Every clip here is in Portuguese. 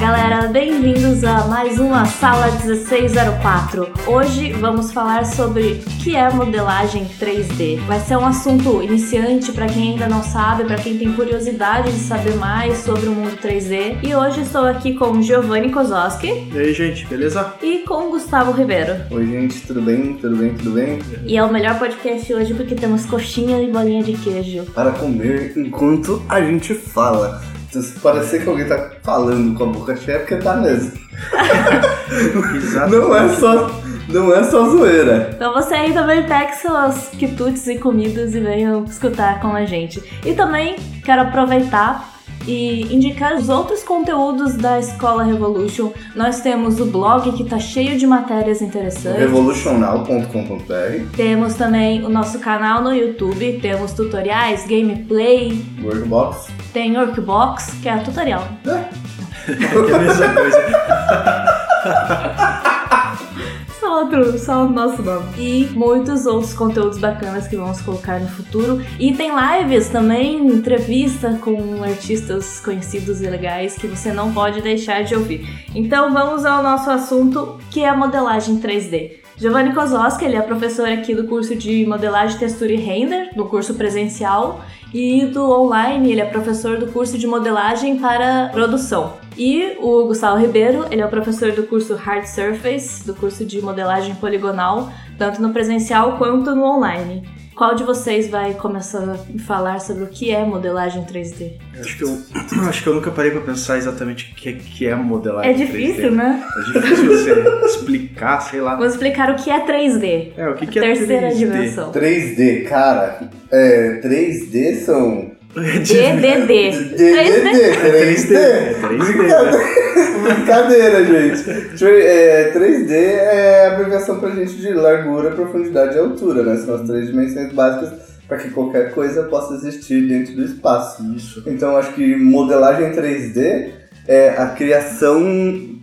galera, bem-vindos a mais uma Sala 1604. Hoje vamos falar sobre o que é modelagem 3D. Vai ser um assunto iniciante para quem ainda não sabe, para quem tem curiosidade de saber mais sobre o mundo 3D. E hoje estou aqui com Giovanni Kozowski E aí, gente, beleza? e com Gustavo Ribeiro. Oi, gente, tudo bem? Tudo bem, tudo bem? E é o melhor podcast hoje porque temos coxinha e bolinha de queijo. Para comer enquanto a gente fala. Então, se parecer que alguém tá falando com a boca cheia, é porque tá mesmo. Exato. Não é só, não é só zoeira. Então você aí também pegue suas quitutes e comidas e venha escutar com a gente. E também quero aproveitar e indicar os outros conteúdos da Escola Revolution. Nós temos o blog que tá cheio de matérias interessantes. Revolucional.com.br, Temos também o nosso canal no YouTube, temos tutoriais, gameplay, Workbox. tem workbox, que é tutorial. É a mesma coisa. Só outro, só o nosso nome. E muitos outros conteúdos bacanas que vamos colocar no futuro. E tem lives também, entrevista com artistas conhecidos e legais que você não pode deixar de ouvir. Então vamos ao nosso assunto, que é a modelagem 3D. Giovanni Kozowski, ele é professor aqui do curso de modelagem, textura e render, do curso presencial, e do online, ele é professor do curso de modelagem para produção. E o Gustavo Ribeiro, ele é o professor do curso Hard Surface, do curso de modelagem poligonal, tanto no presencial quanto no online. Qual de vocês vai começar a falar sobre o que é modelagem 3D? Acho que, eu, acho que eu nunca parei pra pensar exatamente o que, que é modelagem. É difícil, 3D. né? É difícil você explicar, sei lá. Vou explicar o que é 3D. É, o que, que é Terceira 3D? dimensão. 3D, cara. É, 3D são. É de- DDD. 3D. 3D. É 3D. É 3D. né? Brincadeira, gente. Tipo, é, 3D é a abreviação pra gente de largura, profundidade e altura, né? São as três dimensões básicas para que qualquer coisa possa existir dentro do espaço. Isso. Então, acho que modelagem 3D é a criação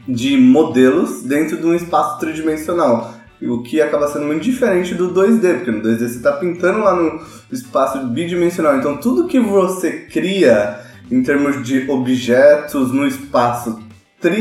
de modelos dentro de um espaço tridimensional. O que acaba sendo muito diferente do 2D, porque no 2D você está pintando lá no espaço bidimensional. Então, tudo que você cria em termos de objetos no espaço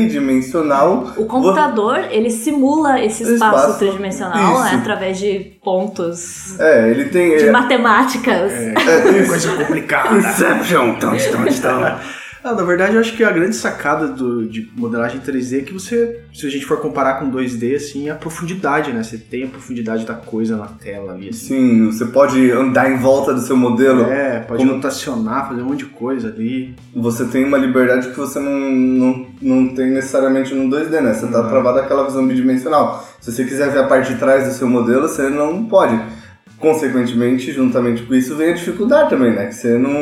tridimensional O computador, ele simula esse Esse espaço, espaço. tridimensional Isso. né, através de pontos é, ele tem. de é- matemáticas. É, é coisa complicada. Inception, então. Então, então. Ah, na verdade, eu acho que a grande sacada do- de modelagem 3D é que você, se a gente for comparar com 2D, assim, é a profundidade, né? Você tem a profundidade da coisa na tela ali, assim. Sim, você pode andar em volta do seu modelo. É, pode Como- rotacionar, fazer um monte de coisa ali. Você tem uma liberdade que você não, não, não tem necessariamente no 2D, né? Você tá Não. travado àquela visão bidimensional. Se você quiser ver a parte de trás do seu modelo, você não pode. Consequentemente, juntamente com isso, vem a dificuldade também, né? Que você não.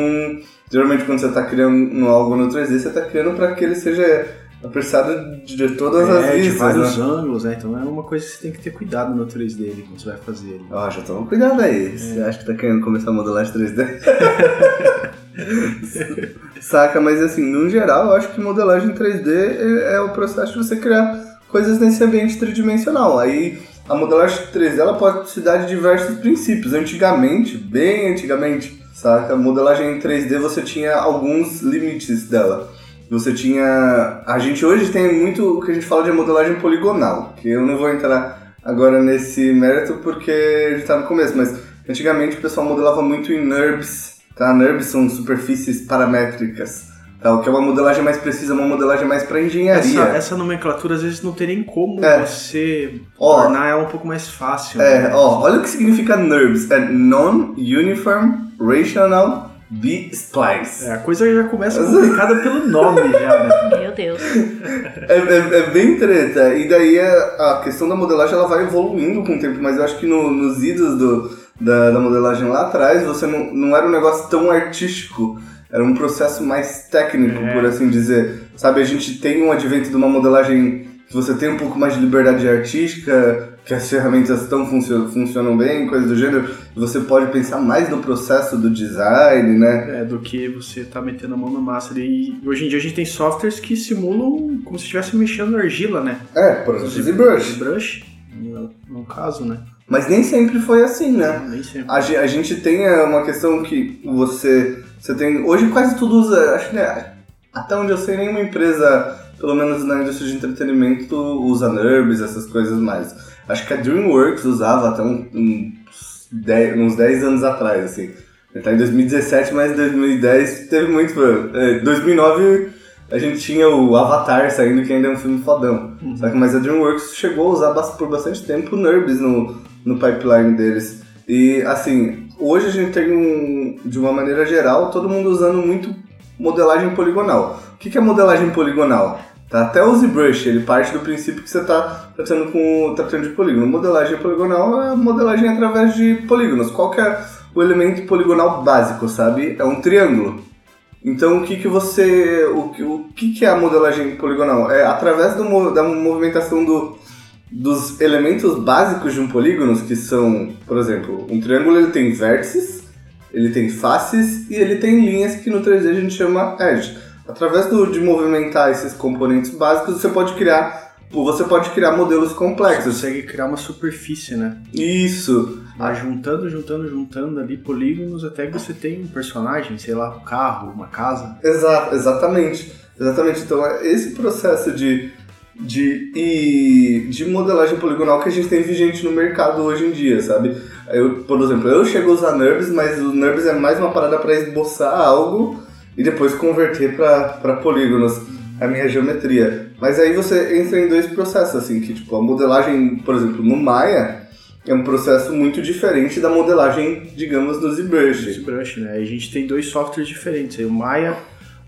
Geralmente, quando você tá criando algo no 3D, você tá criando para que ele seja apreciado de todas as é, de vistas. né? vários ângulos, né? Então é uma coisa que você tem que ter cuidado no 3D ali, quando você vai fazer ali. Ó, Ah, já toma cuidado aí. Você acha que tá querendo começar a modelagem 3D? Saca, mas assim, no geral, eu acho que modelagem 3D é, é o processo de você criar coisas nesse ambiente tridimensional. Aí a modelagem 3D ela pode se dar de diversos princípios. Antigamente, bem antigamente, saca? Modelagem em 3D você tinha alguns limites dela. Você tinha. A gente hoje tem muito o que a gente fala de modelagem poligonal, que eu não vou entrar agora nesse mérito porque a gente tá no começo, mas antigamente o pessoal modelava muito em NURBS, tá? NURBS são superfícies paramétricas, tá? O que é uma modelagem mais precisa, uma modelagem mais pra engenharia. Essa, essa nomenclatura, às vezes, não tem nem como É. você Ó. tornar ela um pouco mais fácil. É, né? ó, olha o que significa NURBS. É Non-Uniform Rational B-Splice. É, a coisa já começa complicada pelo nome, já, né? Meu Deus. É, é- é bem treta. E daí a, a questão da modelagem ela vai evoluindo com o tempo, mas eu acho que no- nos idos do, da, da modelagem lá atrás, você não, não era um negócio tão artístico. Era um processo mais técnico, É. por assim dizer. Sabe, a gente tem um advento de uma modelagem que você tem um pouco mais de liberdade artística, que as ferramentas tão funcio- funcionam bem, coisas do gênero. Você pode pensar mais no processo do design, né? É, do que você tá metendo a mão na massa ali. E hoje em dia a gente tem softwares que simulam como se estivesse mexendo na argila, né? É, por exemplo, ZBrush. ZBrush, no, no caso, né? Mas nem sempre foi assim, né? Nem sempre. A, ge- a gente tem é, uma questão que você, você tem. Hoje quase tudo usa. Acho que né, até onde eu sei, nenhuma empresa pelo menos na indústria de entretenimento, usa NURBS, essas coisas mais. Acho que a DreamWorks usava até um- um- dez- uns 10 anos atrás, assim. Ele tá em 2017, mas 2010 teve muito. eh, 2009 a gente tinha o Avatar saindo, que ainda é um filme fodão. Uhum. Só que, mas a DreamWorks chegou a usar bas- por bastante tempo o NURBS no, no pipeline deles. E, assim, hoje a gente tem, um, de uma maneira geral, todo mundo usando muito modelagem poligonal. O que, que é modelagem poligonal? Tá? Até o ZBrush, ele parte do princípio que você está tratando, com, tratando de polígono. Modelagem poligonal é modelagem através de polígonos. Qual que é o elemento poligonal básico, sabe? É um triângulo. Então, o que que você... O, que- o que que é a modelagem poligonal? É através do, mo- da movimentação do, dos elementos básicos de um polígono, que são, por exemplo, um triângulo ele tem vértices, ele tem faces e ele tem linhas que no 3D a gente chama edge. Através do- de movimentar esses componentes básicos, você pode criar você pode criar modelos Você complexos. consegue criar uma superfície, né? Isso. Ah, juntando, juntando, juntando ali polígonos até que você tem um personagem, sei lá, um carro, uma casa. Exato, exatamente. Exatamente. Então, é esse processo de, de, e de modelagem poligonal que a gente tem vigente no mercado hoje em dia, sabe? Eu, por exemplo, eu chego a usar NURBS, mas o NURBS é mais uma parada para esboçar algo e depois converter para polígonos a minha geometria. Mas aí você entra em dois processos, assim, que tipo, a modelagem, por exemplo, no Maya é um processo muito diferente da modelagem, digamos, no ZBrush. ZBrush, né? A gente tem dois softwares diferentes. aí O Maya,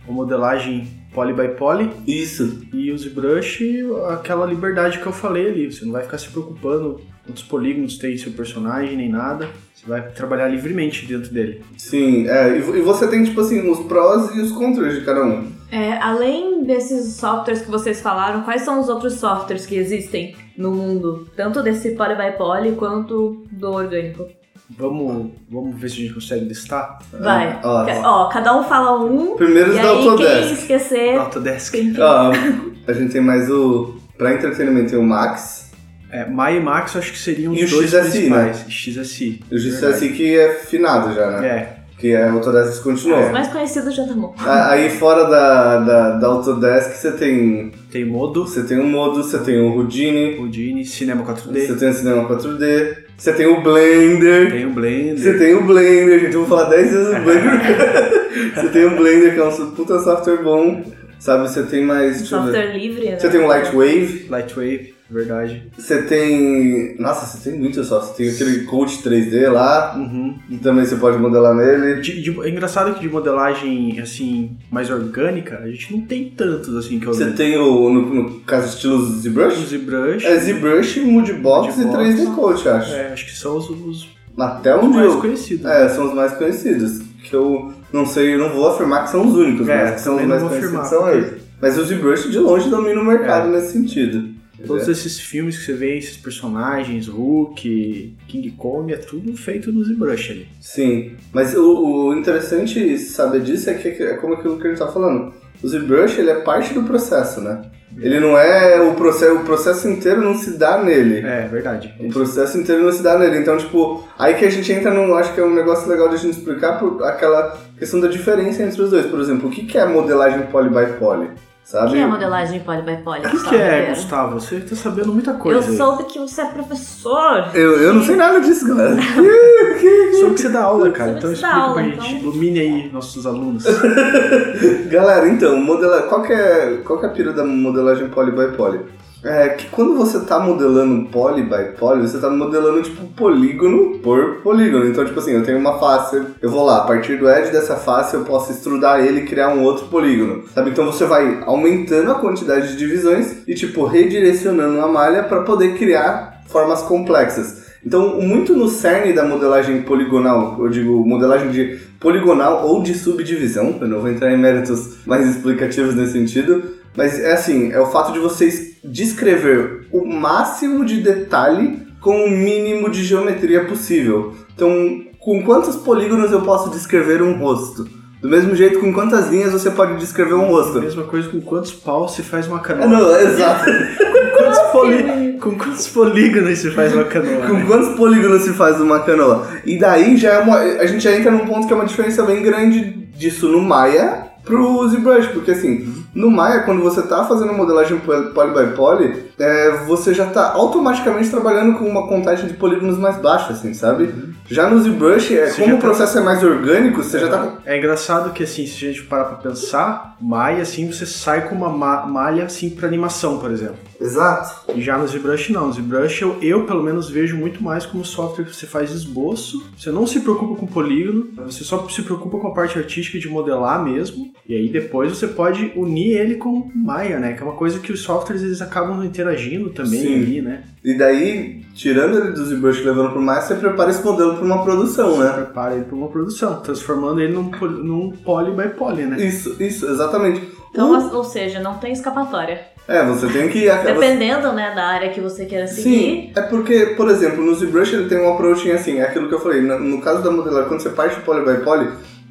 a modelagem poly by poly, Isso. e o ZBrush, aquela liberdade que eu falei ali. Você não vai ficar se preocupando quantos polígonos tem seu personagem, nem nada. Você vai trabalhar livremente dentro dele. Sim, é, e vo- e você tem, tipo assim, os prós e os contras de cada um. É, além desses softwares que vocês falaram, quais são os outros softwares que existem no mundo? Tanto desse poly by poly quanto do orgânico. Vamos, vamos ver se a gente consegue listar? Vai. Ó, Ca- Ó, cada um fala um. primeiro os e da aí, quem é Autodesk. esquecer. Tá Autodesk. Tem que... Ó, a gente tem mais o. Pra entretenimento tem o Max. É, Maya e Max eu acho que seriam E os o dois XSI, né? principais. XSI. Eu disse assim que é finado já, né? É, Que é Autodesk descontinuou. Os mais conhecidos já tá bom. A- Aí fora da, da, da Autodesk você tem. tem Modo, Você tem o Modo, você tem o Houdini, Houdini, Cinema 4D, você tem o Cinema 4D, você tem o Blender. tem o Blender. Você tem o Blender, gente, eu vou falar 10 vezes o Blender. você tem o Blender, que é um puta software bom, sabe? Você tem mais. deixa eu ver. Software livre, né? Você tem um o Lightwave, Lightwave, verdade. você tem. Nossa, você tem muito só. Você tem aquele Coach 3D lá, Uhum. e também você pode modelar nele. De- de- é engraçado que de modelagem, assim, mais orgânica, a gente não tem tantos, assim, que eu Você lembro. tem o, no, no caso, estilo O ZBrush? ZBrush. É ZBrush, Moodbox e Moodbox. 3D Coach, eu acho. É, acho que são os, os Até um onde mais eu. conhecidos. É, são os mais conhecidos. Que eu não sei, eu não vou afirmar que são os únicos, É, mas que são os também mais não vou conhecidos afirmar, É. são eles. Mas o ZBrush de longe domina o mercado nesse sentido. Todos esses filmes que você vê, esses personagens, Hulk, King Kong, é tudo feito no ZBrush ali. Sim, mas o, o interessante saber disso é que é como aquilo que ele tá falando. O ZBrush ele é parte do processo, né? Ele não é o processo, o processo inteiro não se dá nele. É, verdade. O um processo inteiro não se dá nele. Então, tipo, aí que a gente entra num. Acho que é um negócio legal de a gente explicar por aquela questão da diferença entre os dois. Por exemplo, o que, que é modelagem poly by poly? O Sabe? que é modelagem poly by poly? O que, que é, Gustavo? Você tá sabendo muita Eu coisa. aí. soube que você é professor. eu, eu não sei nada disso, galera. Só que você dá aula, cara. Só que Então você dá explica aula, pra gente. então. Ilumine aí nossos alunos. Galera, então, modela... qual, que é... qual que é a pira da modelagem poly by poly? É que quando você tá modelando poly by poly, você tá modelando, tipo, polígono por polígono. Então, tipo assim, eu tenho uma face, eu vou lá, a partir do edge dessa face eu posso extrudar ele e criar um outro polígono, sabe? Então você vai aumentando a quantidade de divisões e, tipo, redirecionando a malha para poder criar formas complexas. Então, muito no cerne da modelagem poligonal, eu digo modelagem de poligonal ou de subdivisão, eu não vou entrar em méritos mais explicativos nesse sentido, mas é assim, é o fato de vocês descrever o máximo de detalhe com o mínimo de geometria possível. Então, com quantos polígonos eu posso descrever um rosto? Do mesmo jeito, com quantas linhas você pode descrever um rosto? Mesma coisa com quantos paus se faz uma É, canoa. não, exato. Com quantos, poli- com quantos polígonos se faz uma canoa. né? Com quantos polígonos se faz uma canoa? E daí já é uma, a gente já entra num ponto que é uma diferença bem grande disso no Maya pro ZBrush, porque assim, No Maya, quando você tá fazendo modelagem po- poly by poly, é, você já tá automaticamente trabalhando com uma contagem de polígonos mais baixa, assim, sabe? Já no ZBrush, é, Uhum. Você como já o tá- processo é mais orgânico, você já tá com É engraçado que, assim, se a gente parar pra pensar, malha, assim, você sai com uma ma- malha, assim, pra animação, por exemplo. Exato. E já no ZBrush, não. No ZBrush, eu, eu, pelo menos, vejo muito mais como software que você faz esboço, você não se preocupa com polígono, você só se preocupa com a parte artística de modelar mesmo, e aí depois você pode unir ele com Maya, né? Que é uma coisa que os softwares, eles acabam interagindo também Sim. ali, né? E daí, tirando ele do ZBrush e levando pro Maya, você prepara esse modelo pra uma produção, Você né? prepara ele pra uma produção, transformando ele num, pol- num poly by poly, né? Isso, isso, exatamente. Então, Um- ou seja, não tem escapatória. é, você tem que... Dependendo, né, da área que você queira seguir. Sim, é porque, por exemplo, no ZBrush ele tem um approaching assim, é aquilo que eu falei, no, no caso da modelagem, quando você parte poly by poly,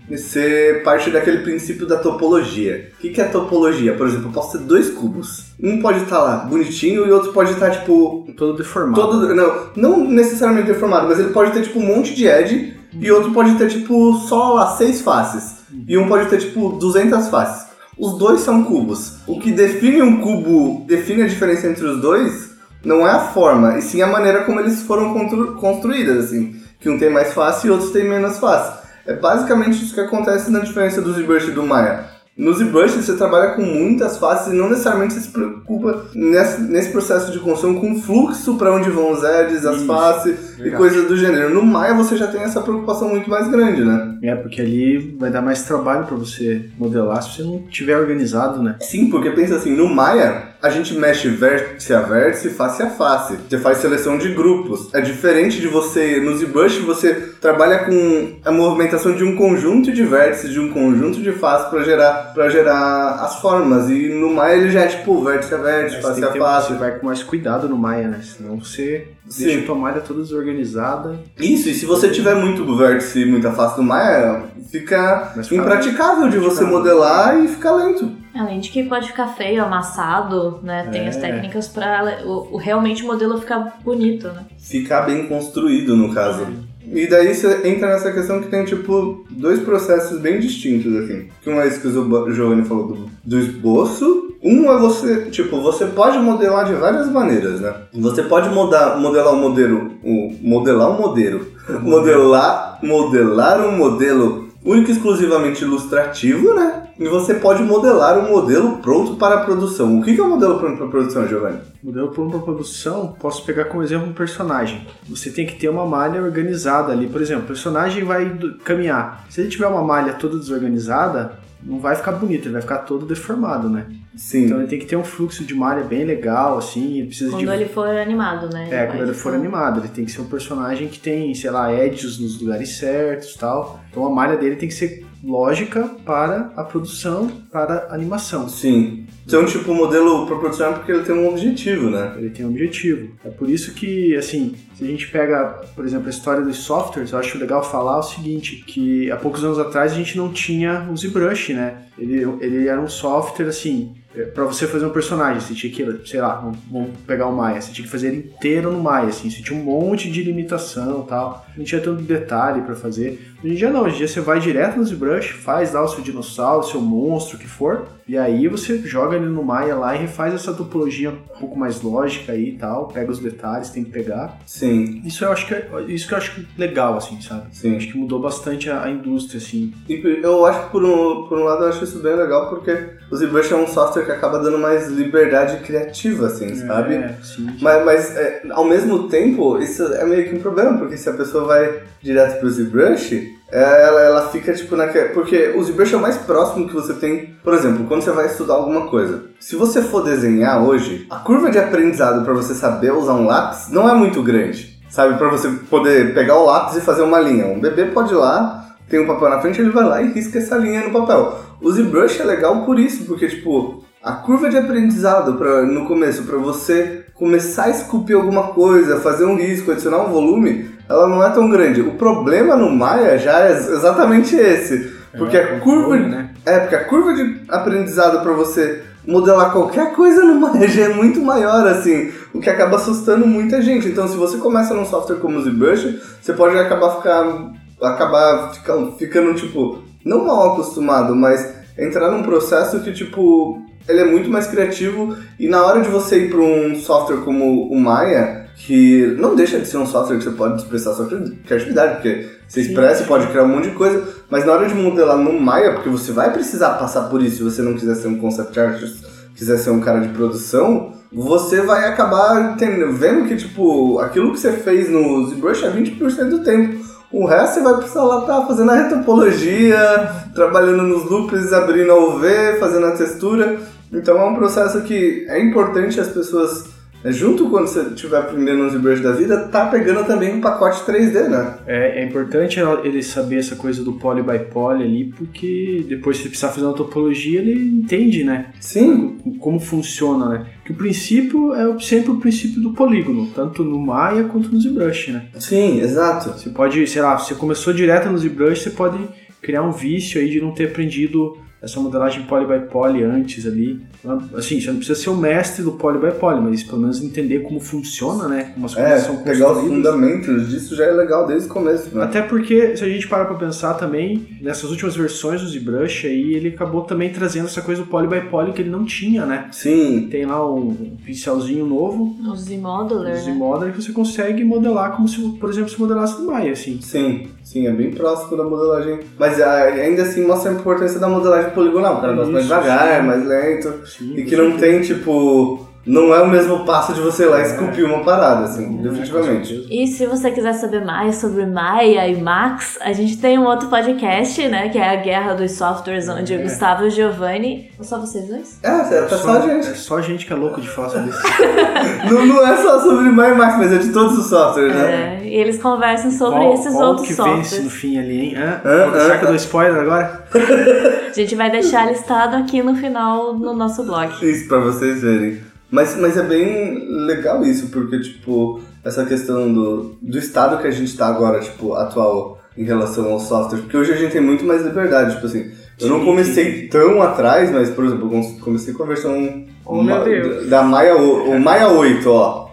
você parte daquele princípio da topologia. O que, que é topologia? Por exemplo, eu posso ter dois cubos. Um pode estar lá bonitinho e outro pode estar, tipo, Todo deformado. todo. Não, não necessariamente deformado, mas ele pode ter, tipo, um monte de edge e outro pode ter, tipo, só lá seis faces. E um pode ter, tipo, 200 faces. Os dois são cubos. O que define um cubo, define a diferença entre os dois, não é a forma, e sim a maneira como eles foram constru- construídas, assim. Que um tem mais face e outros tem menos face. É basicamente isso que acontece na diferença do ZBrush e do Maya. No ZBrush você trabalha com muitas faces e não necessariamente você se preocupa nesse, nesse processo de construção com o fluxo para onde vão os edges, as Isso, faces e Verdade. coisas do gênero. No Maya você já tem essa preocupação muito mais grande, né? É, porque ali vai dar mais trabalho pra você modelar se você não tiver organizado, né? Sim, porque pensa assim, no Maya, a gente mexe vértice a vértice, face a face. Você faz seleção de grupos. É diferente de você, no ZBrush, você trabalha com a movimentação de um conjunto de vértices, de um conjunto de faces para gerar, pra gerar as formas. E no Maya ele já é tipo vértice a vértice, Mas face tem a que ter- um- face. Você vai com mais cuidado no Maia, né? Senão você Sim. deixa a tua malha toda desorganizada. Isso, e se você tiver muito vértice e muita face no Maya, fica Mas fica- impraticável de você fica- modelar e fica lento. Além de que pode ficar feio, amassado, né? Tem É. as técnicas pra o, o- realmente o modelo ficar bonito, né? ficar bem construído, no caso. E daí você entra nessa questão que tem, tipo, dois processos bem distintos, assim. Que um é isso que o Zuba- Giovanni falou do, do esboço. Um é você, tipo, você pode modelar de várias maneiras, né? Você pode modar, modelar um modelo, o modelar um modelo, modelar, modelar um modelo único e exclusivamente ilustrativo, né? E você pode modelar um modelo pronto para a produção. O que que é um modelo pronto para a produção, Giovanni? Modelo plano para produção, posso pegar como exemplo um personagem. Você tem que ter uma malha organizada ali. Por exemplo, o personagem vai do- caminhar. Se ele tiver uma malha toda desorganizada, não vai ficar bonito, ele vai ficar todo deformado, né? Sim. Então ele tem que ter um fluxo de malha bem legal, assim, ele precisa de Quando ele for animado, né? É, Ele quando vai- ele for animado, ele tem que ser um personagem que tem, sei lá, edges nos lugares certos tal. Então a malha dele tem que ser lógica para a produção, para a animação. Sim. Então, tipo, o modelo proporcional porque ele tem um objetivo, né? Ele tem um objetivo. É por isso que, assim, se a gente pega, por exemplo, a história dos softwares, eu acho legal falar o seguinte, que há poucos anos atrás a gente não tinha o ZBrush, né? Ele, ele era um software, assim, para você fazer um personagem, você tinha que, sei lá, vamos- vamos pegar o Maia, você tinha que fazer ele inteiro no Maia, assim, você tinha um monte de limitação e tal, não tinha tanto detalhe para fazer. Hoje em dia não, hoje em dia você vai direto no ZBrush, faz lá o seu dinossauro, o seu monstro, o que for, e aí você joga ele no Maya lá e refaz essa topologia um pouco mais lógica aí e tal, pega os detalhes, tem que pegar. Sim, Isso eu acho que é, isso que eu acho legal, assim, sabe? sim. Acho que mudou bastante a, a indústria, assim. E eu acho que por um, por um lado eu acho isso bem legal porque o ZBrush é um software que acaba dando mais liberdade criativa, assim, sabe? É, sim. Mas, mas, é, ao mesmo tempo, isso é meio que um problema, porque se a pessoa vai direto pro ZBrush, é, ela, ela fica tipo naquela. Porque o ZBrush é o mais próximo que você tem, por exemplo, quando você vai estudar alguma coisa. Se você for desenhar hoje, a curva de aprendizado para você saber usar um lápis não é muito grande. Sabe, para você poder pegar o lápis e fazer uma linha. Um bebê pode ir lá, tem um papel na frente, ele vai lá e risca essa linha no papel. O ZBrush é legal por isso, porque tipo, a curva de aprendizado pra, no começo, para você começar a esculpir alguma coisa, fazer um risco, adicionar um volume, ela não é tão grande. O problema no Maya já é ex- exatamente esse. Porque a curva. É né? É, porque a curva de aprendizado para você modelar qualquer coisa no Maya já é muito maior, assim, o que acaba assustando muita gente. Então, se você começa num software como o ZBrush, você pode acabar ficar acabar ficando, ficando tipo não mal acostumado, mas entrar num processo que tipo ele é muito mais criativo e na hora de você ir para um software como o Maya, que não deixa de ser um software que você pode expressar sua cri- criatividade, porque você Sim. expressa, pode criar um monte de coisa, mas na hora de modelar no Maya, porque você vai precisar passar por isso se você não quiser ser um concept artist, quiser ser um cara de produção, você vai acabar entendendo, vendo que tipo, aquilo que você fez no ZBrush é 20% do tempo. O resto você vai precisar lá estar fazendo a retopologia, trabalhando nos loops, abrindo a UV, fazendo a textura. Então é um processo que é importante as pessoas, né, junto quando você estiver aprendendo um ZBrush da vida, tá pegando também um pacote 3D, né? É, é importante ele saber essa coisa do poly by poly ali, porque depois se precisar fazer uma topologia, ele entende, né? Sim, Como funciona, né? Que o princípio é o- sempre o princípio do polígono, tanto no Maya quanto no ZBrush, né? sim, exato. Você pode, sei lá, você começou direto no ZBrush, você pode criar um vício aí de não ter aprendido essa modelagem poly by poly antes ali. Assim, você não precisa ser o mestre do poly by poly, mas pelo menos entender como funciona, né? Como as coisas É, são pegar os construídas. fundamentos disso já é legal desde o começo, né? Até porque, se a gente parar pra pensar também, nessas últimas versões do ZBrush aí, ele acabou também trazendo essa coisa do poly by poly que ele não tinha, né? Sim, Tem lá um pincelzinho novo, O do Z-Modeler, né? Zmodeler, que você consegue modelar como se, por exemplo, se modelasse no Maya, assim. sim, sim, é bem próximo da modelagem. Mas ah, ainda assim mostra a importância da modelagem poligonal. O cara gosta mais Isso, devagar, sim. mais lento. Sim, E que não tem, tipo. Não é o mesmo passo de você ir É. lá e esculpir uma parada, assim, definitivamente. E se você quiser saber mais sobre Maia e Max, a gente tem um outro podcast, né? Que é a Guerra dos Softwares, onde É. o Gustavo e o Giovanni. Só vocês dois? É, tá só, a gente. É só gente que é louco de falar sobre isso. um- Não, não é só sobre My Max, mas é de todos os softwares, né? É, e eles conversam sobre Qual- esses qual outros que vence no softwares. fim ali, hein? Hã? Hã? Hã? Será que eu dou spoiler agora? A gente vai deixar listado aqui no final no nosso blog. É Isso, pra vocês verem. Mas, mas é bem legal isso, porque, tipo, essa questão do, do estado que a gente tá agora, tipo, atual, em relação aos softwares. Porque hoje a gente tem muito mais liberdade, tipo assim. Eu não Sim. comecei tão atrás, mas, por exemplo, eu com- comecei com a versão Oh, meu ma- Deus. da Maia, o, o Maia 8, ó.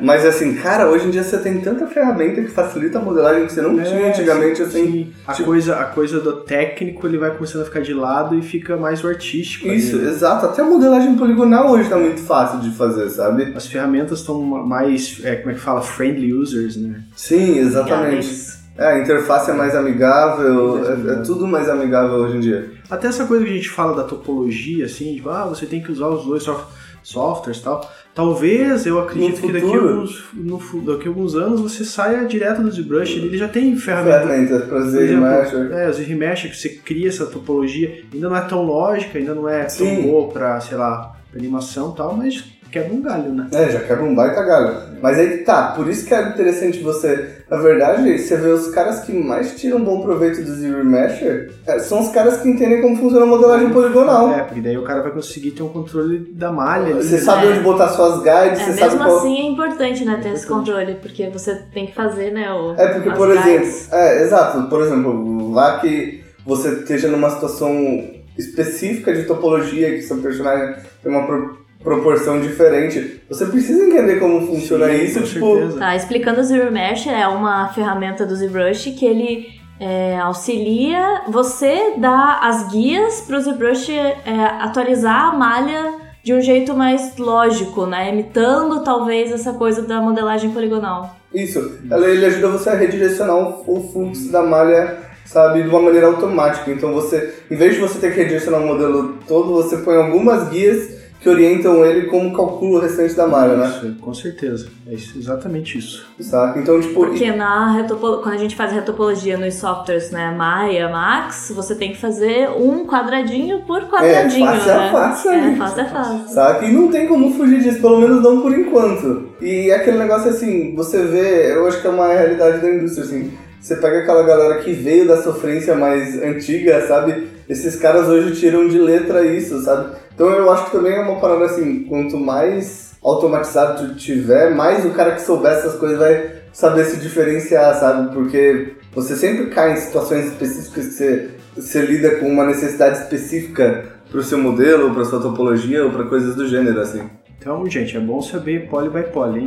Mas assim, cara, hoje em dia você tem tanta ferramenta que facilita a modelagem que você não tinha É, antigamente, sim, assim. sim. A, tipo- coisa, a coisa do técnico, ele vai começando a ficar de lado e fica mais o artístico. ali, Isso, né? exato. Até a modelagem poligonal hoje tá muito fácil de fazer, sabe? As ferramentas estão mais, é, como é que fala, friendly users, né? Sim, exatamente. Amigáveis. É, a interface é mais amigável, Mais é, é amigável. tudo mais amigável hoje em dia. Até essa coisa que a gente fala da topologia, assim, de, ah, você tem que usar os dois sof- softwares e tal. Talvez, eu acredito que daqui a futuro. alguns, no fu- daqui a alguns anos você saia direto do ZBrush, Hum. ele já tem ferramenta Ferramentas, Por prazer, exemplo, imagem. É, os remesh que você cria essa topologia, ainda não é tão lógica, ainda não é Sim. tão boa pra, sei lá, pra animação e tal, mas quebra um galho, né? É, já quebra um baita galho. Mas aí que tá, por isso que é interessante você. Na verdade, você vê os caras que mais tiram bom proveito do Zero Mesher é, são os caras que entendem como funciona a modelagem poligonal. É, porque daí o cara vai conseguir ter um controle da malha. ali, Você né? sabe onde botar suas guides, É, você sabe mesmo qual. assim é importante, né, ter esse Importante. controle, porque você tem que fazer, né, o... É porque, as por exemplo, guides. é, exato, por exemplo, lá que você esteja numa situação específica de topologia, que seu personagem tem uma pro- proporção diferente, você precisa entender como funciona É. Sim, isso, com tipo, certeza. Tá, explicando o Zero Mesh, é uma ferramenta do ZBrush que ele é, auxilia você dar as guias para o ZBrush é, atualizar a malha de um jeito mais lógico, né? Imitando talvez essa coisa da modelagem poligonal. isso, ela, ele ajuda você a redirecionar o, o fluxo da malha, sabe, de uma maneira automática. Então você, em vez de você ter que redirecionar o modelo todo, você põe algumas guias que orientam ele como calcula o restante da malha, né? Isso, com certeza. É isso, exatamente isso. Saca? Então, tipo, Porque é na retopo- quando a gente faz a retopologia nos softwares, né, Maya, Max, você tem que fazer um quadradinho por quadradinho, fácil é né? fácil, é gente. fácil, é fácil. Saca? E não tem como fugir disso, pelo menos não por enquanto. E é aquele negócio assim, você vê, eu acho que é uma realidade da indústria, assim. Você pega aquela galera que veio da sofrência mais antiga, sabe? Esses caras hoje tiram de letra isso, sabe? Então eu acho que também é uma parada assim, quanto mais automatizado tu tiver, mais o cara que souber essas coisas vai saber se diferenciar, sabe? Porque você sempre cai em situações específicas que você, você lida com uma necessidade específica pro seu modelo, ou pra sua topologia, ou pra coisas do gênero, assim. Então, gente, é bom saber poly by poly, hein?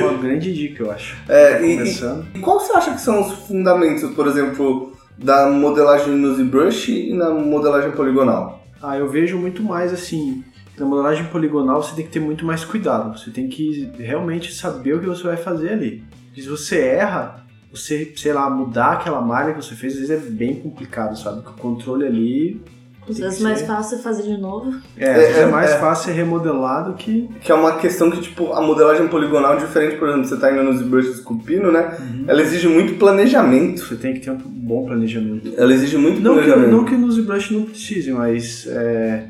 é uma grande dica, eu acho. É, e, e- Começando. e qual você acha que são os fundamentos, por exemplo, da modelagem no ZBrush e na modelagem poligonal? Ah, eu vejo muito mais assim. Na modelagem poligonal você tem que ter muito mais cuidado. Você tem que realmente saber o que você vai fazer ali. Porque se você erra, você, sei lá, mudar aquela malha que você fez, às vezes é bem complicado, sabe? Porque o controle ali. Às tem vezes que mais ser- fácil é fazer de novo. É, às vezes é, É, mais é. fácil remodelar do que. Que é uma questão que, tipo, a modelagem poligonal é diferente, por exemplo, você tá indo no ZBrush esculpindo, né? Uhum. Ela exige muito planejamento. Você tem que ter um bom planejamento. Ela exige muito Não que, planejamento. não que no ZBrush não precise, mas é,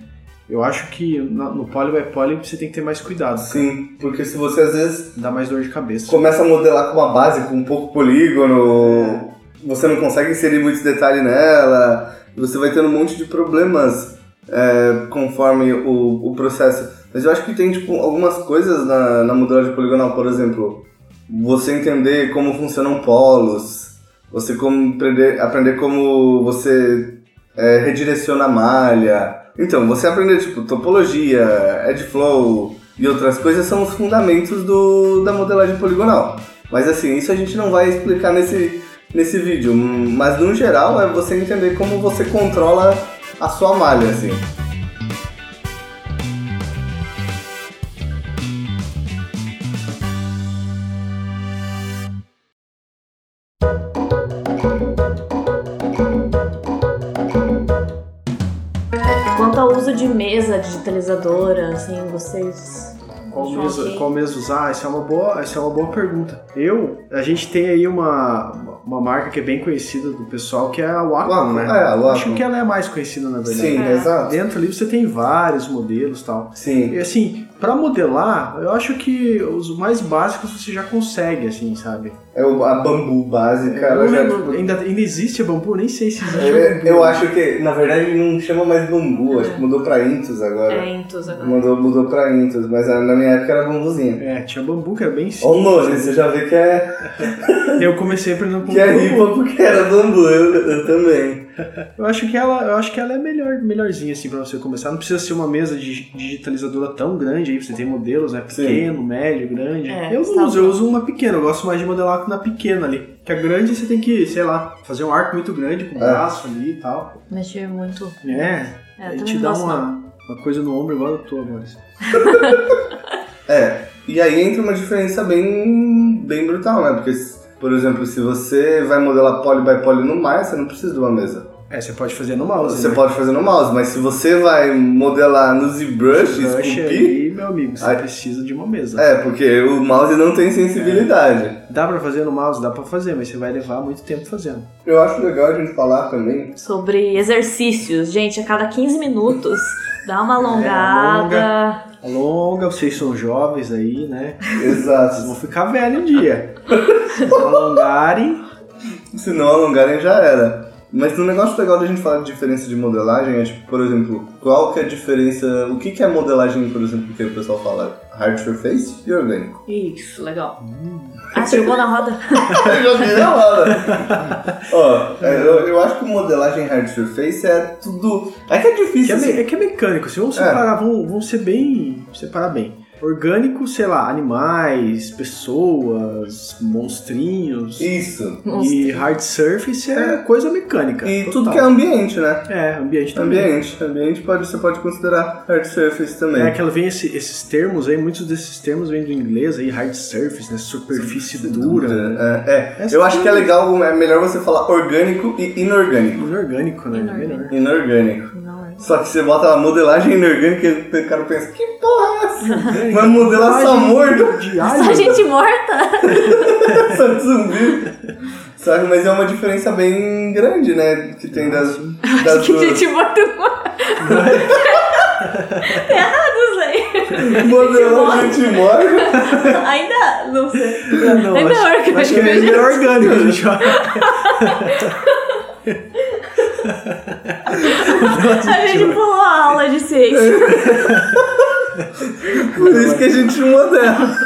eu acho que na- no poly by poly você tem que ter mais cuidado. Sim, Assim, porque se você às vezes Dá mais dor de cabeça. começa a modelar com uma base com um pouco polígono, você não consegue inserir muito detalhe nela, você vai tendo um monte de problemas é, conforme o, o processo. Mas eu acho que tem tipo, algumas coisas na, na modelagem poligonal, por exemplo, você entender como funcionam polos, você como aprender, aprender como você é, redireciona a malha. Então, você aprender tipo topologia, edge flow, e outras coisas são os fundamentos do, da modelagem poligonal. Mas assim, isso a gente não vai explicar nesse, nesse vídeo, hum, mas no geral é você entender como você controla a sua malha, assim. Quanto ao uso de mesa digitalizadora, assim, vocês. Qual acham mesa, ok? qual mesa usar? Essa é uma boa, essa é uma boa pergunta. Eu, a gente tem aí uma, uma marca que é bem conhecida do pessoal, que é a Wacom, Wacom, né? é, a Wacom. Acho que ela é a mais conhecida, na verdade. Sim, É. exato. Dentro ali você tem vários modelos e tal. Sim. E assim, pra modelar, eu acho que os mais básicos você já consegue, assim, sabe? É o- a bambu base, eu cara. não já, lembro, tipo, ainda, ainda existe a bambu? Eu Nem sei se existe a eu, bambu. eu acho que, na verdade, não chama mais bambu, acho que mudou pra Intus agora. É, Intus agora. Mudou, mudou pra Intus, mas ah, na minha época era bambuzinho. É, tinha bambu que era bem simples. Olha o nome, você já vê que é, Eu comecei aprendendo com que é bambu. ripa porque era bambu, eu- eu também. Eu acho que ela, eu acho que ela é melhor, melhorzinha assim para você começar. Não precisa ser uma mesa de digitalizadora tão grande aí, você tem modelos, né? Sim. Pequeno, médio, grande. É, eu não tá uso, bom. eu uso uma pequena, eu gosto mais de modelar na pequena ali. Que a grande você tem que, sei lá, fazer um arco muito grande com o É. braço ali e tal. Mexer muito. É, É, aí também te não dá gosto, não. uma, uma coisa no ombro igual eu tô agora. assim. É, e aí entra uma diferença bem, bem brutal, né? Porque, por exemplo, se você vai modelar poly by poly no mais, você não precisa de uma mesa. É, você pode fazer no mouse. Você né? pode fazer no mouse, mas se você vai modelar no ZBrush, Eu achei esculpir, aí, meu amigo, você Aí- precisa de uma mesa. é, porque o mouse não tem sensibilidade. Dá pra fazer no mouse, dá pra fazer, mas você vai levar muito tempo fazendo. Eu acho legal a gente falar também. Sobre exercícios. Gente, a cada 15 minutos dá É, uma alongada. Alonga, vocês são jovens aí, né? Vocês Exato. vão ficar velho um dia. Vocês vão alongarem. Se não alongarem, já era. Mas um negócio legal da gente falar de diferença de modelagem é, tipo, por exemplo, qual que é a diferença... O que que é modelagem, por exemplo, que o pessoal fala? Hard surface e orgânico. Isso, legal. Hum. Ah, chegou na roda. Eu joguei na bola. Ó, é, eu, eu acho que modelagem hard surface é tudo. É que é Que é, difícil. me- assim. é que é mecânico, se vão separar, vão, vão ser bem. separar bem. Orgânico, sei lá, animais, pessoas, monstrinhos. E, assim. Isso. hard surface é, coisa mecânica. E total. tudo que é ambiente, né? É, ambiente também. Ambiente. Ambiente pode, você pode considerar hard surface também. É que ela vem esse- esses termos aí, muitos desses termos vêm do inglês aí, hard surface, né? Superfície dura. né? É, é. Eu acho que é legal, é melhor você falar orgânico e inorgânico. Inorgânico, né? Inorgânico. Melhor. Inorgânico. Não, é. Só que você bota lá modelagem inorgânica e o cara pensa, que porra é essa? Mas modelar só Modelagem morto. de alho. né? Só gente morta? Só de zumbi. Sabe, mas é uma diferença bem grande, né? Que tem das, Tá das que duas. gente morta não é. Errado, sei. Modelou gente morre. Ainda não sei. Não, é acho- melhor que eu acho acho que é que melhor orgânico, gente. olha. A gente pulou a aula de ciência. Por isso que a gente modela.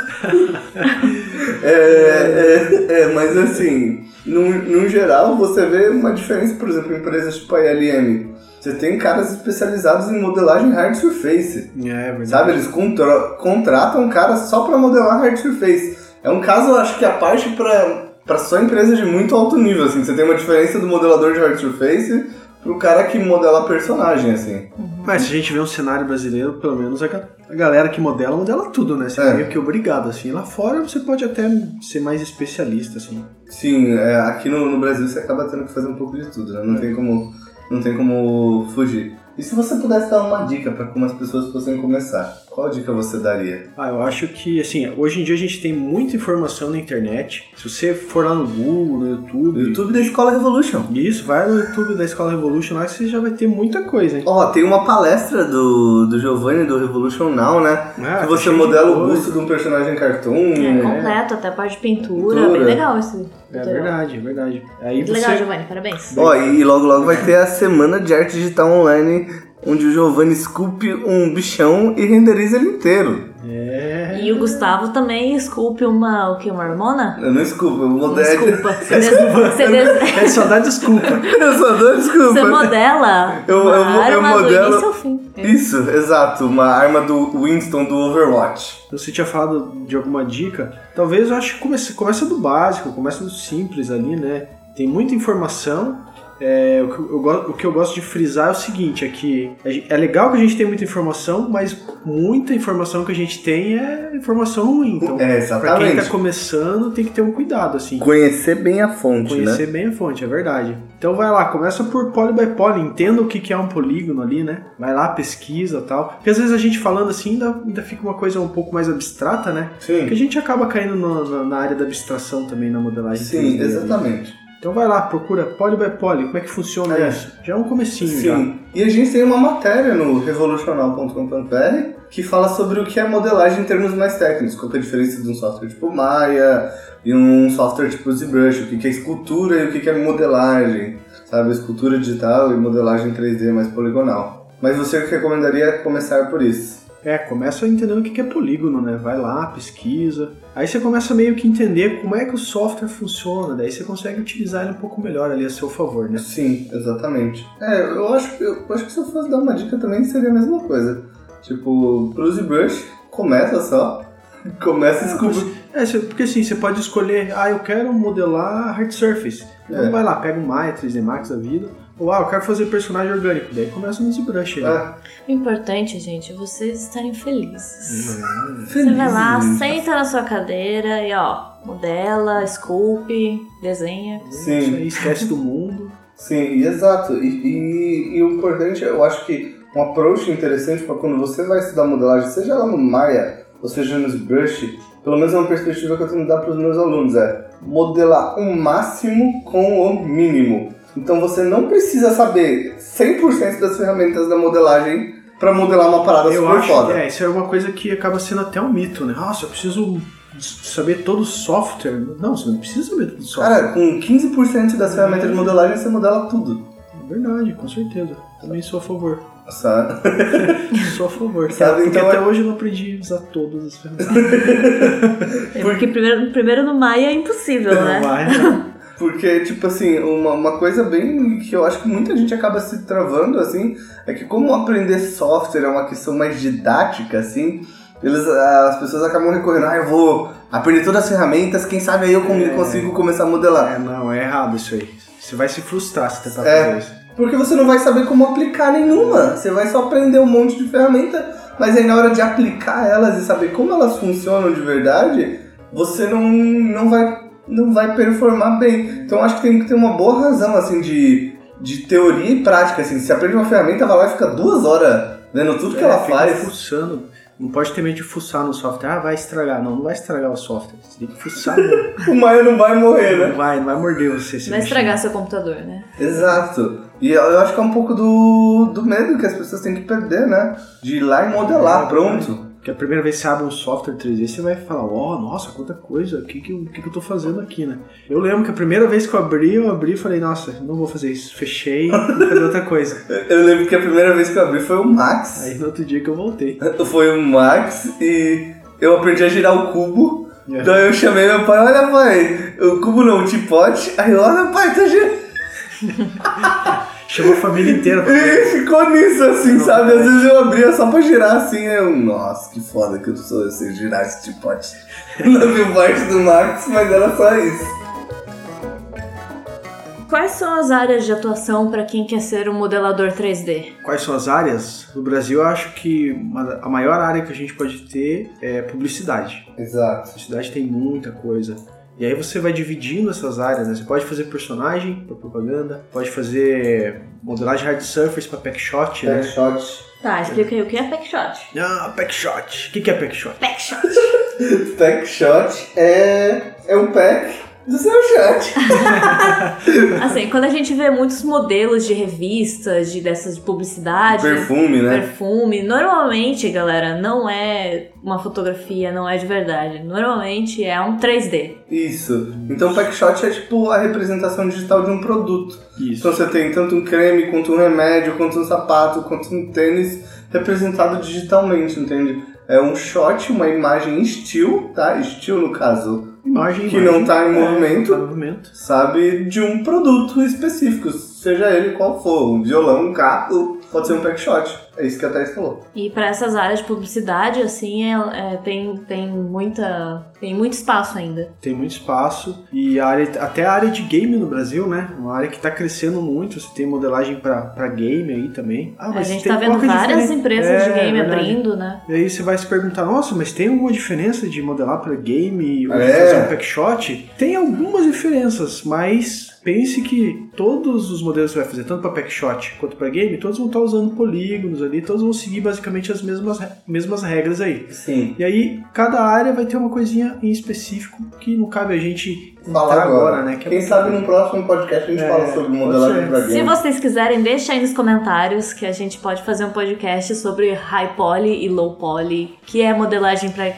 É, é, é, mas assim, no, no geral, você vê uma diferença, por exemplo, em empresas tipo a ILM. Você tem caras especializados em modelagem hard surface. É, verdade. Sabe, eles contro- contratam um cara só pra modelar hard surface. É um caso, eu acho que a parte pra, pra só empresa de muito alto nível, assim. Você tem uma diferença do modelador de hard surface pro cara que modela personagem, assim. Mas se a gente vê um cenário brasileiro, pelo menos a, ga- a galera que modela, modela tudo, né? Você É. é meio que obrigado, assim. Lá fora você pode até ser mais especialista, assim. Sim, é, aqui no, no Brasil você acaba tendo que fazer um pouco de tudo, né? Não tem como, não tem como fugir. E se você pudesse dar uma dica pra como as pessoas fossem começar, qual dica você daria? Ah, eu acho que, assim, hoje em dia a gente tem muita informação na internet. Se você for lá no Google, no YouTube... YouTube da Escola Revolution. Isso, vai no YouTube da Escola Revolution lá que você já vai ter muita coisa, hein? Ó, tem uma palestra do, do Giovanni do Revolution Now, né? Ah, que tá você cheio de modela o coisa. busto de um personagem cartoon. É, né? completo, até a parte de pintura. Pintura. Bem legal esse. É tutorial. verdade, é verdade. Aí Muito legal, você... Giovanni, parabéns. Ó, e logo logo vai ter a semana de arte digital online, onde o Giovanni esculpe um bichão e renderiza ele inteiro. É... E o Gustavo também esculpe uma, o que, uma hormona? Eu não esculpo, eu modelo. Desculpa. Você, des- você, des- É só dar desculpa. Eu só dou desculpa. você modela Eu- eu- uma eu arma modelo- do início ao fim. Isso, exato, uma arma do Winston do Overwatch. Você tinha falado de alguma dica? Talvez eu acho que comece, começa do básico, começa do simples ali, né? Tem muita informação. É, o, que eu, go- o que eu gosto de frisar é o seguinte: é que a gen- é legal que a gente tem muita informação, mas muita informação que a gente tem é informação ruim. Então, É, pra quem tá exatamente. começando, tem que ter um cuidado, assim. Conhecer bem a fonte, né? Conhecer bem a fonte, é verdade. Então vai lá, começa por poly by poly, entenda o que que é um polígono ali, né? Vai lá, pesquisa tal. Porque às vezes a gente falando assim ainda, ainda fica uma coisa um pouco mais abstrata, né? Porque a Sim. gente acaba caindo no- na, na área da abstração também na modelagem. 3D, Sim, né? exatamente. Então vai lá, procura poly by poly, como é que funciona É. isso? Já é um comecinho, já. Sim. E a gente tem uma matéria no revolucional.com.br que fala sobre o que é modelagem em termos mais técnicos, qual que é a diferença de um software tipo Maya e um software tipo ZBrush, o que que é escultura e o que que é modelagem, sabe? Escultura digital e modelagem 3D mais poligonal. Mas você recomendaria começar por isso. É, começa entendendo o que que é polígono, né? Vai lá, pesquisa. Aí você começa meio que entender como é que o software funciona, daí você consegue utilizar ele um pouco melhor ali a seu favor, né? Sim, exatamente. É, eu acho, eu acho que se eu fosse dar uma dica também seria a mesma coisa. Tipo, pro ZBrush, começa só. Começa escultura. É, você- porque assim, você pode escolher, ah, eu quero modelar hard surface. Então É. vai lá, pega um Maya 3D Max da vida. Ou, ah, eu quero fazer personagem orgânico. Daí começa no ZBrush. aí. Ah, O importante, gente, é vocês estarem Uhum. felizes. Hum. Você vai lá, Felizes, né? senta na sua cadeira e ó, modela, esculpe, desenha. Sim. Isso aí, esquece do mundo. Sim, e exato. E, e- e o importante, eu acho que um approach interessante para quando você vai estudar modelagem, seja lá no Maya ou seja no ZBrush, pelo menos é uma perspectiva que eu tento dar para os meus alunos, é modelar o máximo com o mínimo. Então você não precisa saber 100% das ferramentas da modelagem para modelar uma parada eu super acho foda. que é, isso é uma coisa que acaba sendo até um mito, né? Nossa, eu preciso saber todo o software. Não, você não precisa saber todo o software. Cara, com 15% das ferramentas Uhum. de modelagem você modela tudo. É verdade, com certeza. Também sou a favor. Sabe? Sou a favor. Sabe, Porque então até é- hoje eu não aprendi a usar todas as ferramentas. É, Porque primeiro, primeiro no Maia é impossível, né? Vai, né? Porque, tipo assim, uma, uma coisa bem que eu acho que muita gente acaba se travando, assim, é que como aprender software é uma questão mais didática, assim, eles, as pessoas acabam recorrendo, ah, eu vou aprender todas as ferramentas, quem sabe aí eu con- É. consigo começar a modelar. É, não, é errado isso aí. Você vai se frustrar se tentar É. fazer isso. Porque você não vai saber como aplicar nenhuma, você vai só aprender um monte de ferramenta, mas aí na hora de aplicar elas e saber como elas funcionam de verdade, você não, não vai não vai performar bem. Então acho que tem que ter uma boa razão assim de, de teoria e prática assim. Você aprende uma ferramenta, vai lá e fica duas horas vendo tudo que É, ela fica faz. fuçando. Não pode ter medo de fuçar no software. Ah, vai estragar. Não, não vai estragar o software. Você tem que fuçar. mesmo. O Maio não vai morrer, né? não vai, não vai morder você. se Vai mexer. estragar seu computador, né? Exato. E eu- eu acho que é um pouco do, do medo que as pessoas têm que perder, né? De ir lá e modelar, É, pronto. Porque a primeira vez que você abre um software 3D, você vai falar, ó, nossa, quanta coisa, o que que, eu- o que que eu tô fazendo aqui, né? Eu lembro que a primeira vez que eu abri, eu abri e falei, nossa, não vou fazer isso. Fechei, vou fazer outra coisa. Eu lembro que a primeira vez que eu abri foi o Max. Aí no outro dia que eu voltei. Foi o Max e eu aprendi a girar o cubo. É. Daí eu chamei meu pai, olha pai, o cubo não, o tipote. Aí eu, olha pai, tá girando. Chamou a família inteira. E ficou nisso assim, Não, sabe? Às é. vezes eu abria só pra girar assim. Eu, nossa, que foda que eu sou, eu sei girar esse tipote. Não vi parte do Max, mas era só isso. Quais são as áreas de atuação para quem quer ser um modelador 3D? Quais são as áreas? No Brasil, eu acho que uma- a maior área que a gente pode ter é publicidade. Exato. Publicidade tem muita coisa. E aí você vai dividindo essas áreas, né? Você pode fazer personagem pra propaganda, pode fazer modelagem hard surface pra packshot, É. né? Backshot. Tá, explica aí o que é packshot. Ah, packshot. O que, que é packshot? Packshot. Backshot é, é um pack do seu chat. Assim, quando a gente vê muitos modelos de revistas, de dessas de publicidade, Perfume, né? perfume, normalmente, galera, não é uma fotografia, não é de verdade. Normalmente é um 3D. Isso. Então, packshot é tipo a representação digital de um produto. Então Isso. você tem tanto um creme, quanto um remédio, quanto um sapato, quanto um tênis representado digitalmente, entende? É um shot, uma imagem em still, tá? Still no caso, Imagem. Que imagem. não tá em É, movimento. não tá em movimento. sabe? De um produto específico, seja ele qual for. Um violão, um carro, pode ser um pack shot. É isso que a Thais falou. E para essas áreas de publicidade, assim, é- é- tem, tem, muita, tem muito espaço ainda. Tem muito espaço. E a área, até a área de game no Brasil, né? Uma área que tá crescendo muito. Você tem modelagem pra, pra game aí também. Ah, a gente tem tá vendo pouca várias diferença. empresas É, de game verdade. abrindo, né? E aí você vai se perguntar, nossa, mas tem alguma diferença de modelar para game ou de É. fazer um packshot? Tem algumas diferenças, mas pense que todos os modelos que você vai fazer, tanto para packshot quanto para game, todos vão estar usando polígonos ali, todos vão seguir basicamente as mesmas, re- mesmas regras aí. Sim. E aí, cada área vai ter uma coisinha em específico que não cabe a gente Falar entrar agora. né? Que é- Quem sabe no próximo podcast a gente É, fala sobre pode modelagem ser. pra Se game. vocês quiserem, deixa aí nos comentários que a gente pode fazer um podcast sobre high poly e low poly, que é modelagem para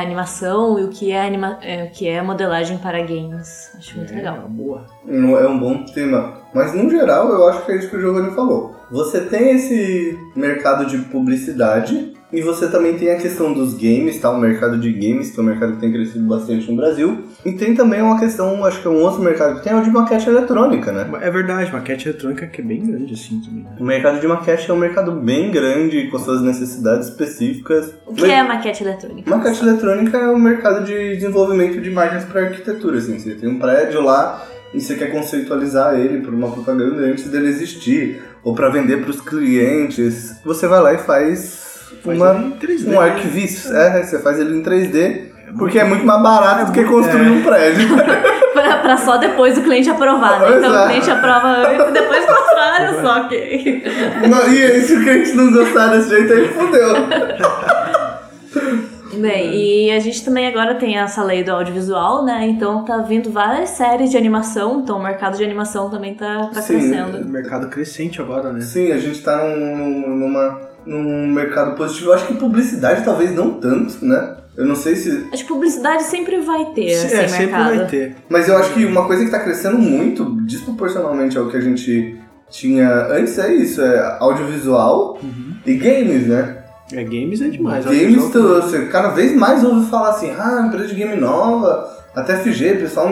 animação e o que é, anima, é, o que é modelagem para games. Acho muito É, legal. uma boa. Não é um bom tema. Mas no geral, eu acho que é isso que o Giovanni falou. Você tem esse mercado de publicidade e você também tem a questão dos games, tá? O mercado de games, que é um mercado que tem crescido bastante no Brasil. E tem também uma questão, acho que é um outro mercado que tem, é o de maquete eletrônica, né? É verdade, maquete eletrônica que é bem grande assim também. né? O mercado de maquete é um mercado bem grande, com suas necessidades específicas. O que é a maquete eletrônica? Maquete eletrônica é um mercado de desenvolvimento de imagens para arquitetura, assim. Você tem um prédio lá e você quer conceitualizar ele para uma propaganda antes dele existir, ou para vender para os clientes. Você vai lá e faz, Faz uma- em 3D, um né? arquivis. É, você faz ele em 3D, muito porque é muito mais barato do que construir um prédio. pra, pra só depois o cliente aprovar, né? Então o Exato. cliente aprova antes e depois constrói, olha só que. Não, e é aí, se o cliente não gostar desse jeito, aí fodeu. É. Bem, e a gente também agora tem essa lei do audiovisual, né? Então tá vindo várias séries de animação, então o mercado de animação também tá, tá Sim. crescendo. Mercado crescente agora, né? Sim, a gente tá num, num- numa, num mercado positivo. Eu acho que publicidade talvez não tanto, né? Eu não sei se Acho que publicidade sempre vai ter Se- esse é, sempre mercado. vai ter. Mas eu acho que uma coisa que tá crescendo muito, desproporcionalmente ao que a gente tinha antes, é isso: é audiovisual e games, né? Uhum. É, games é demais. games, acho que tu, é o- você cada vez mais ouve falar assim: ah, empresa de game nova. Até FG, pessoal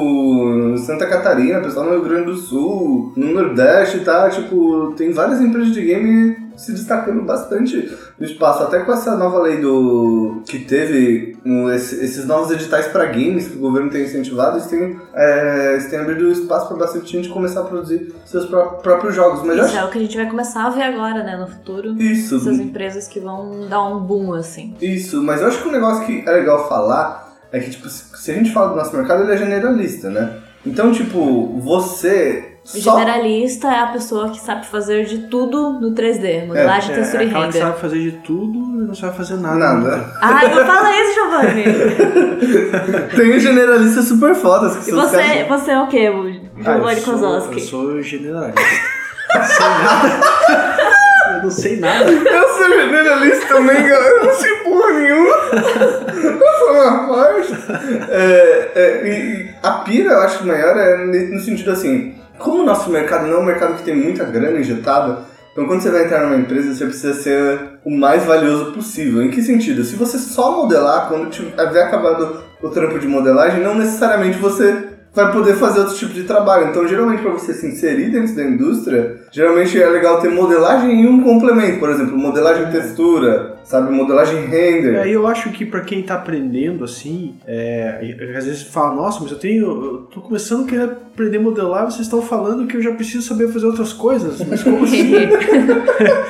no Santa Catarina, pessoal no Rio Grande do Sul, no Nordeste, tá? Tipo, tem várias empresas de game se destacando bastante no espaço. Até com essa nova lei do... que teve, um, esse- esses novos editais para games que o governo tem incentivado, eles têm é, eles têm abrido espaço pra bastante gente começar a produzir seus pró- próprios jogos. Mas eu Isso é acho o que a gente vai começar a ver agora, né? No Uhum. futuro. isso, Essas empresas que vão dar um boom, assim. isso. Mas eu acho que um negócio que é legal falar é que, tipo, se se a gente fala do nosso mercado, ele é generalista, né? Então, tipo, você O só... Generalista é a pessoa que sabe fazer de tudo no 3D, modelagem, é, textura é e aquela que render. sabe fazer de tudo e não sabe fazer nada. Nada. Ah, não fala isso, Giovanni! Tem generalistas super fodas que E são os você, caras... você é o quê? O Giovanni Ah, eu sou- Eu Kozlowski. sou generalista. Não sei nada. Eu não sei nada. Eu sou generalista também, galera. Eu não sei porra nenhuma. Eu sou uma parte. É, é, e- e a pira, eu acho maior, é ne- no sentido assim: como o nosso mercado não é um mercado que tem muita grana injetada, então quando você vai entrar numa empresa, você precisa ser o mais valioso possível. Em que sentido? Se você só modelar, quando tiver acabado o trampo de modelagem, não necessariamente você vai poder fazer outro tipo de trabalho. Então, geralmente, para você se inserir dentro da indústria, geralmente é legal ter modelagem e um complemento. Por exemplo, modelagem e textura, sabe? Modelagem render. E aí eu acho que pra quem tá aprendendo, assim, é, às vezes fala, nossa, mas eu tenho. Eu tô começando a querer aprender a modelar, vocês estão falando que eu já preciso saber fazer outras coisas. Mas como assim?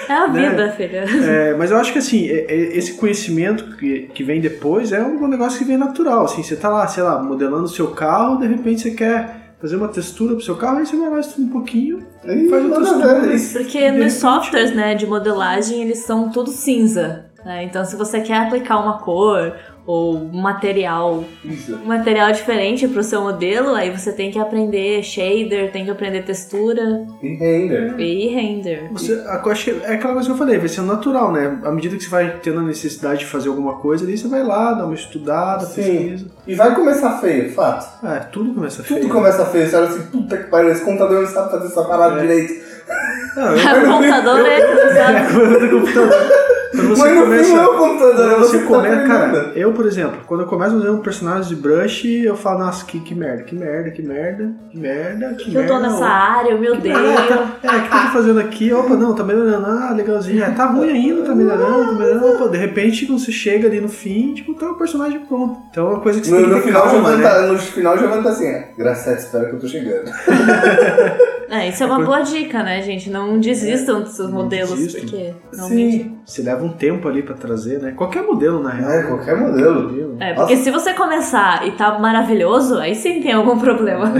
É a Né? vida, filha. É, mas eu acho que assim, é- é- esse conhecimento que, que vem depois é um negócio que vem natural. Assim, você tá lá, sei lá, modelando o seu carro, de repente você quer fazer uma textura pro seu carro, aí você vai lá estuda um pouquinho. Aí Faz nada é outras a ver. coisas. Porque nos softwares, né, de modelagem, eles são tudo cinza. né? Então, se você quer aplicar uma cor ou um material, Isso. um material diferente pro seu modelo, aí você tem que aprender shader, tem que aprender textura E render. e render. Você, a, eu achei- é aquela coisa que eu falei, vai ser natural, né? À medida que você vai tendo a necessidade de fazer alguma coisa, daí você vai lá, dá uma estudada, Sim. pesquisa. E vai começar feio, fato. É, tudo começa feio. Tudo começa feio. Você olha assim, puta que pariu, esse computador não sabe fazer essa parada É. direito. Não, eu- O computador é É a coisa do computador. Quando você Mas no fim começa. não é o computador, é Quando você você que começa, tá cara, aprendendo. eu, por exemplo, quando eu começo a fazer um personagem de brush, eu falo, nossa, que, que merda, que merda, que merda, que merda, que que eu merda. tô nessa área, meu Deus. É, o que eu tô fazendo aqui? Opa, não, tá melhorando. Ah, legalzinho. É, tá ruim ainda, tá melhorando, tá melhorando. Opa, de repente, quando você chega ali no fim, tipo, tá o personagem pronto. Então é uma coisa que você No, tem no que ter final já calma, vai né? tá- no final já vai estar assim, é, graças a Deus, espero que eu tô chegando. É, isso é uma boa dica, né, gente? Não desistam dos seus Não modelos, desistam. porque realmente. Sim, Você leva um tempo ali pra trazer, né? Qualquer modelo, na real. é, qualquer modelo. Modelo. né? É, porque se você começar e tá maravilhoso, aí sim tem algum problema.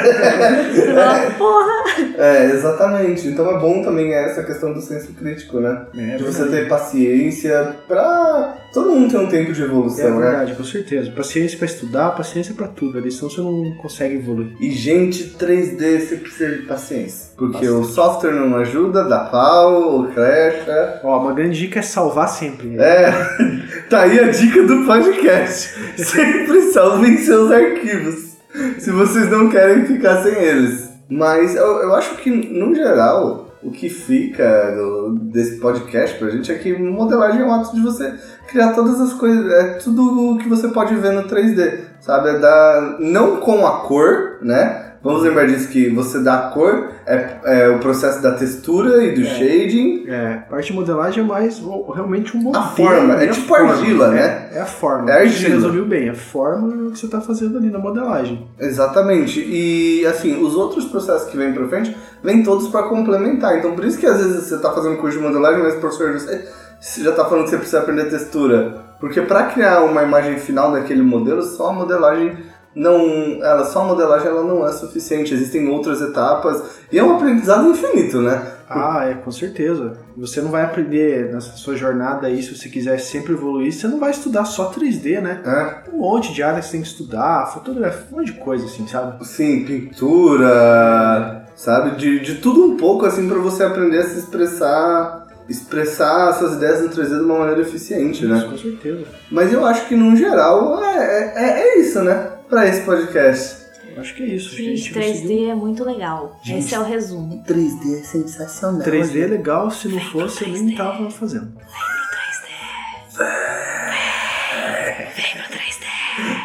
você fala, porra! É, exatamente. Então é bom também essa questão do senso crítico, né? É, de você verdade. ter paciência pra. Todo mundo tem um tempo de É evolução, né? verdade, com certeza. Paciência pra estudar, paciência pra tudo ali, senão você não consegue evoluir. E gente 3D, você precisa de paciência. Porque Bastante. o software não ajuda, dá pau, ou né? crecha. Ó, uma grande dica é salvar sempre. né? É, tá aí a dica do podcast. Sempre salvem seus arquivos. Se vocês não querem ficar sem eles. Mas eu, eu acho que, no geral, o que fica do- desse podcast pra gente é que modelagem é um ato de você criar todas as coisas. É tudo o que você pode ver no 3D. Sabe? É dar, não com a cor, né? Vamos lembrar disso que você dá a cor, é, é o processo da textura e do É. shading. É, parte de modelagem é mais o- realmente um modelo. A forma, né? é tipo argila, né? É, é a forma. É Você argila. resolveu bem, a forma é o que você tá fazendo ali na modelagem. Exatamente. E assim, os outros processos que vêm pra frente, vêm todos pra complementar. Então por isso que às vezes você tá fazendo curso de modelagem, mas professor, você, você já tá falando que você precisa aprender textura. Porque pra criar uma imagem final daquele modelo, só a modelagem não, ela só a modelagem ela não é suficiente. Existem outras etapas e é um aprendizado infinito, né? Ah, é, com certeza. Você não vai aprender nessa sua jornada aí, se você quiser sempre evoluir, você não vai estudar só 3D, né? É. Tem Um monte de área que você tem que estudar, fotografia, um monte de coisa assim, sabe? Sim, pintura, sabe? De, de tudo um pouco assim pra você aprender a se expressar, expressar suas ideias no 3D de uma maneira eficiente, né? Isso, com certeza. Mas eu acho que, no geral, é, é, é isso, né? Pra esse podcast. Eu Acho que é isso. acho que a Gente, conseguiu. 3D é muito legal. Gente. Esse é o resumo. 3D é sensacional. 3D é legal, se não fosse, eu nem tava fazendo.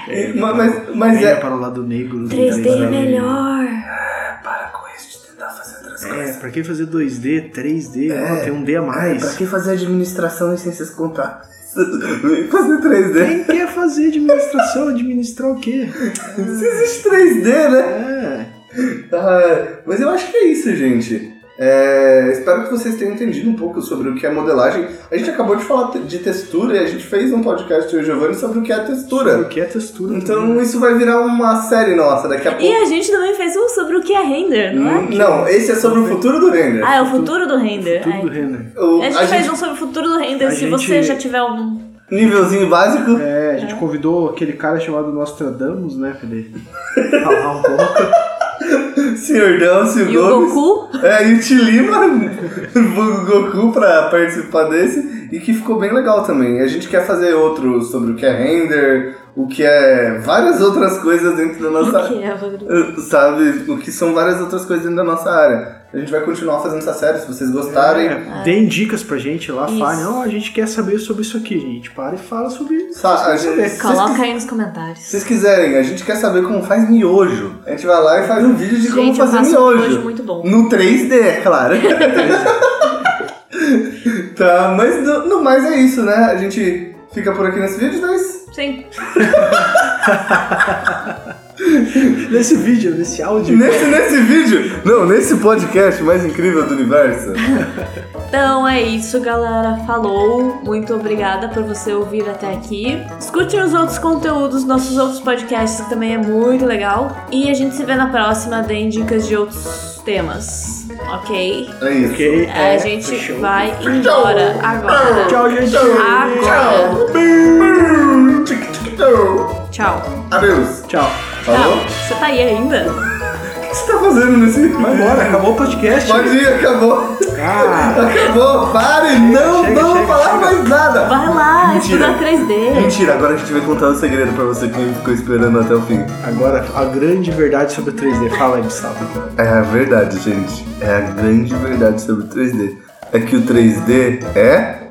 É, ma- Mas, mas Venha é. para o lado negro. do né? 3D é melhor. Para com isso de tentar fazer outras É, pra quem fazer 2D, 3D, É. ó, tem um D a mais. pra que fazer administração e ciências contábeis? Vem fazer 3D. Quem quer fazer administração, administrar o quê? Se existe 3D, né? É. Ah, mas eu acho que é isso, gente. É, espero que vocês tenham entendido um pouco sobre o que é modelagem. A gente acabou de falar te- de textura e a gente fez um podcast eu e o Giovanni sobre o que é textura. O que é textura? também. Então isso vai virar uma série nossa daqui a pouco. E a gente também fez um sobre o que é render, não é? Hum, Não, esse é sobre o futuro do render. Ah, é o futuro do render. Tudo né? do É. render. O, A gente a fez gente- um sobre o futuro do render. a Se você gente- já tiver um. nívelzinho básico. É, a gente convidou aquele cara chamado Nostradamus, né, pra ele falar um pouco. Senhor Dance, E o Gomes. Goku. É, e o Tilima, o Goku pra participar desse. E que ficou bem legal também. A gente quer fazer outro sobre o que é render, o que é várias outras coisas dentro da nossa. O que é, Rodrigo? eh, Sabe? O que são várias outras coisas dentro da nossa área. A gente vai continuar fazendo essa série, se vocês gostarem. É, deem dicas pra gente lá, Isso. falem, ó, a gente quer saber sobre isso aqui, gente. Para e fala sobre isso. Sa- a gente- se vocês Coloca aí nos comentários. Se vocês quiserem, a gente quer saber como faz miojo. A gente vai lá e faz um vídeo de como Gente, eu fazer faço um miojo. miojo muito bom. No 3D, é claro. Tá, mas no, no mais é isso, né? A gente fica por aqui nesse vídeo, mas Sim. Nesse vídeo, nesse áudio. É. nesse, nesse vídeo, não, nesse podcast mais incrível do universo. Então é isso, galera. Falou. Muito obrigada por você ouvir até aqui. Escutem os outros conteúdos, nossos outros podcasts, que também é muito legal. E a gente se vê na próxima. Deem dicas de outros temas, ok? É isso. Ok, é, a gente fechou. vai embora agora. Tchau, gente. Agora. Tchau. Tic, tic, tchau. Tchau. Adeus. Tchau. Falou? Não, você tá aí ainda? O que você tá fazendo nesse... Vai embora, acabou o podcast. Pode ir, acabou. Ah, Acabou, pare, não chega, vamos chega, falar chega. mais nada. Vai lá, Mentira. estudar 3D. Mentira, agora a gente vai contar um segredo pra você que ficou esperando até o fim. agora a grande verdade sobre o 3D. Fala aí, Gustavo. É a verdade, gente. É a grande verdade sobre o 3D. É que o 3D é